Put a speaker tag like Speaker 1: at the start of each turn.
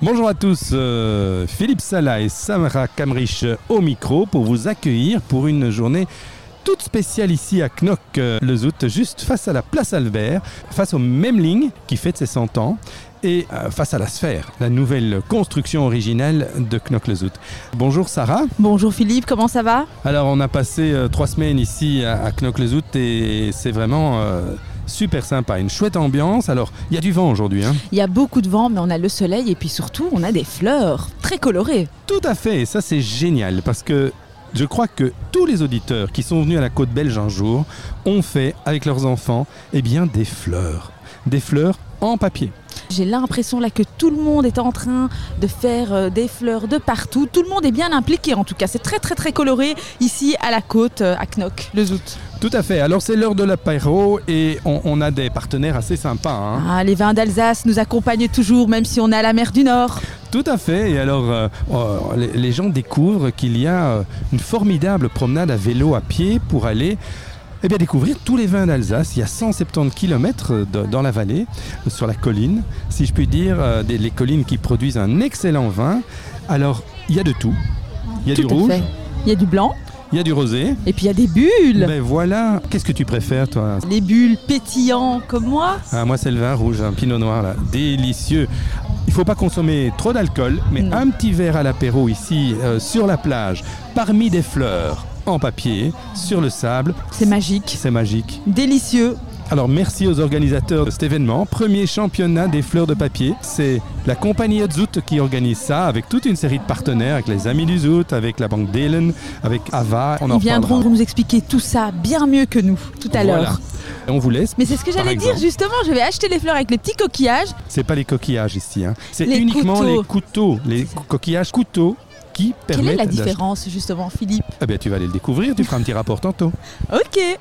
Speaker 1: Bonjour à tous, euh, Philippe Sala et Samra Kamrich au micro pour vous accueillir pour une journée toute spéciale ici à Knock euh, le Zout, juste face à la place Albert, face au Memling qui fête ses 100 ans et euh, face à la sphère, la nouvelle construction originale de Knock le Zout. Bonjour Sarah.
Speaker 2: Bonjour Philippe, comment ça va
Speaker 1: Alors on a passé euh, trois semaines ici à, à Knock-le-Zout et c'est vraiment euh, super sympa, une chouette ambiance. Alors il y a du vent aujourd'hui, hein
Speaker 2: Il y a beaucoup de vent, mais on a le soleil et puis surtout, on a des fleurs très colorées.
Speaker 1: Tout à fait, et ça c'est génial parce que je crois que tous les auditeurs qui sont venus à la côte belge un jour ont fait avec leurs enfants eh bien des fleurs, des fleurs en papier.
Speaker 2: J'ai l'impression là que tout le monde est en train de faire euh, des fleurs de partout. Tout le monde est bien impliqué en tout cas. C'est très très très coloré ici à la côte, euh, à Knock, le Zout.
Speaker 1: Tout à fait, alors c'est l'heure de l'apéro et on, on a des partenaires assez sympas. hein.
Speaker 2: Ah, les vins d'Alsace nous accompagnent toujours, même si on est à la mer du Nord.
Speaker 1: Tout à fait. Et alors, euh, euh, les, les gens découvrent qu'il y a euh, une formidable promenade à vélo à pied pour aller eh bien, découvrir tous les vins d'Alsace. Il y a 170 km dans la vallée, euh, sur la colline, si je puis dire, euh, des, les collines qui produisent un excellent vin. Alors, il y a de tout. Il y a
Speaker 2: Tout
Speaker 1: du
Speaker 2: à
Speaker 1: rouge,
Speaker 2: fait. Il y a du blanc
Speaker 1: il y a du rosé.
Speaker 2: et puis il y a des bulles.
Speaker 1: Ben voilà, qu'est-ce que tu préfères, toi
Speaker 2: Les bulles pétillant comme moi.
Speaker 1: Ah, Moi, c'est le vin rouge, un pinot noir, là. Délicieux. Il faut pas consommer trop d'alcool, mais
Speaker 2: Non.
Speaker 1: un petit verre à l'apéro ici, euh, sur la plage, parmi des fleurs, en papier, sur le sable,
Speaker 2: C'est magique,
Speaker 1: c'est magique.
Speaker 2: délicieux.
Speaker 1: Alors, merci aux organisateurs de cet événement. Premier championnat des fleurs de papier. C'est la compagnie Zout qui organise ça, avec toute une série de partenaires, avec les Amis du Zout, avec la Banque Delen, avec Ava. On en
Speaker 2: Ils viendront
Speaker 1: reparlera.
Speaker 2: nous expliquer tout ça bien mieux que nous tout à
Speaker 1: Voilà.
Speaker 2: l'heure.
Speaker 1: Et On vous laisse.
Speaker 2: Mais c'est ce que
Speaker 1: Par
Speaker 2: j'allais dire
Speaker 1: exemple.
Speaker 2: justement, je vais acheter les fleurs avec les petits coquillages.
Speaker 1: C'est pas les coquillages ici, hein. c'est
Speaker 2: Les
Speaker 1: uniquement
Speaker 2: couteaux.
Speaker 1: les couteaux, les co- coquillages couteaux qui
Speaker 2: Quelle
Speaker 1: permettent.
Speaker 2: est la
Speaker 1: d'acheter-
Speaker 2: différence justement Philippe
Speaker 1: Ah ben, tu vas aller le découvrir, tu feras un petit rapport tantôt.
Speaker 2: Ok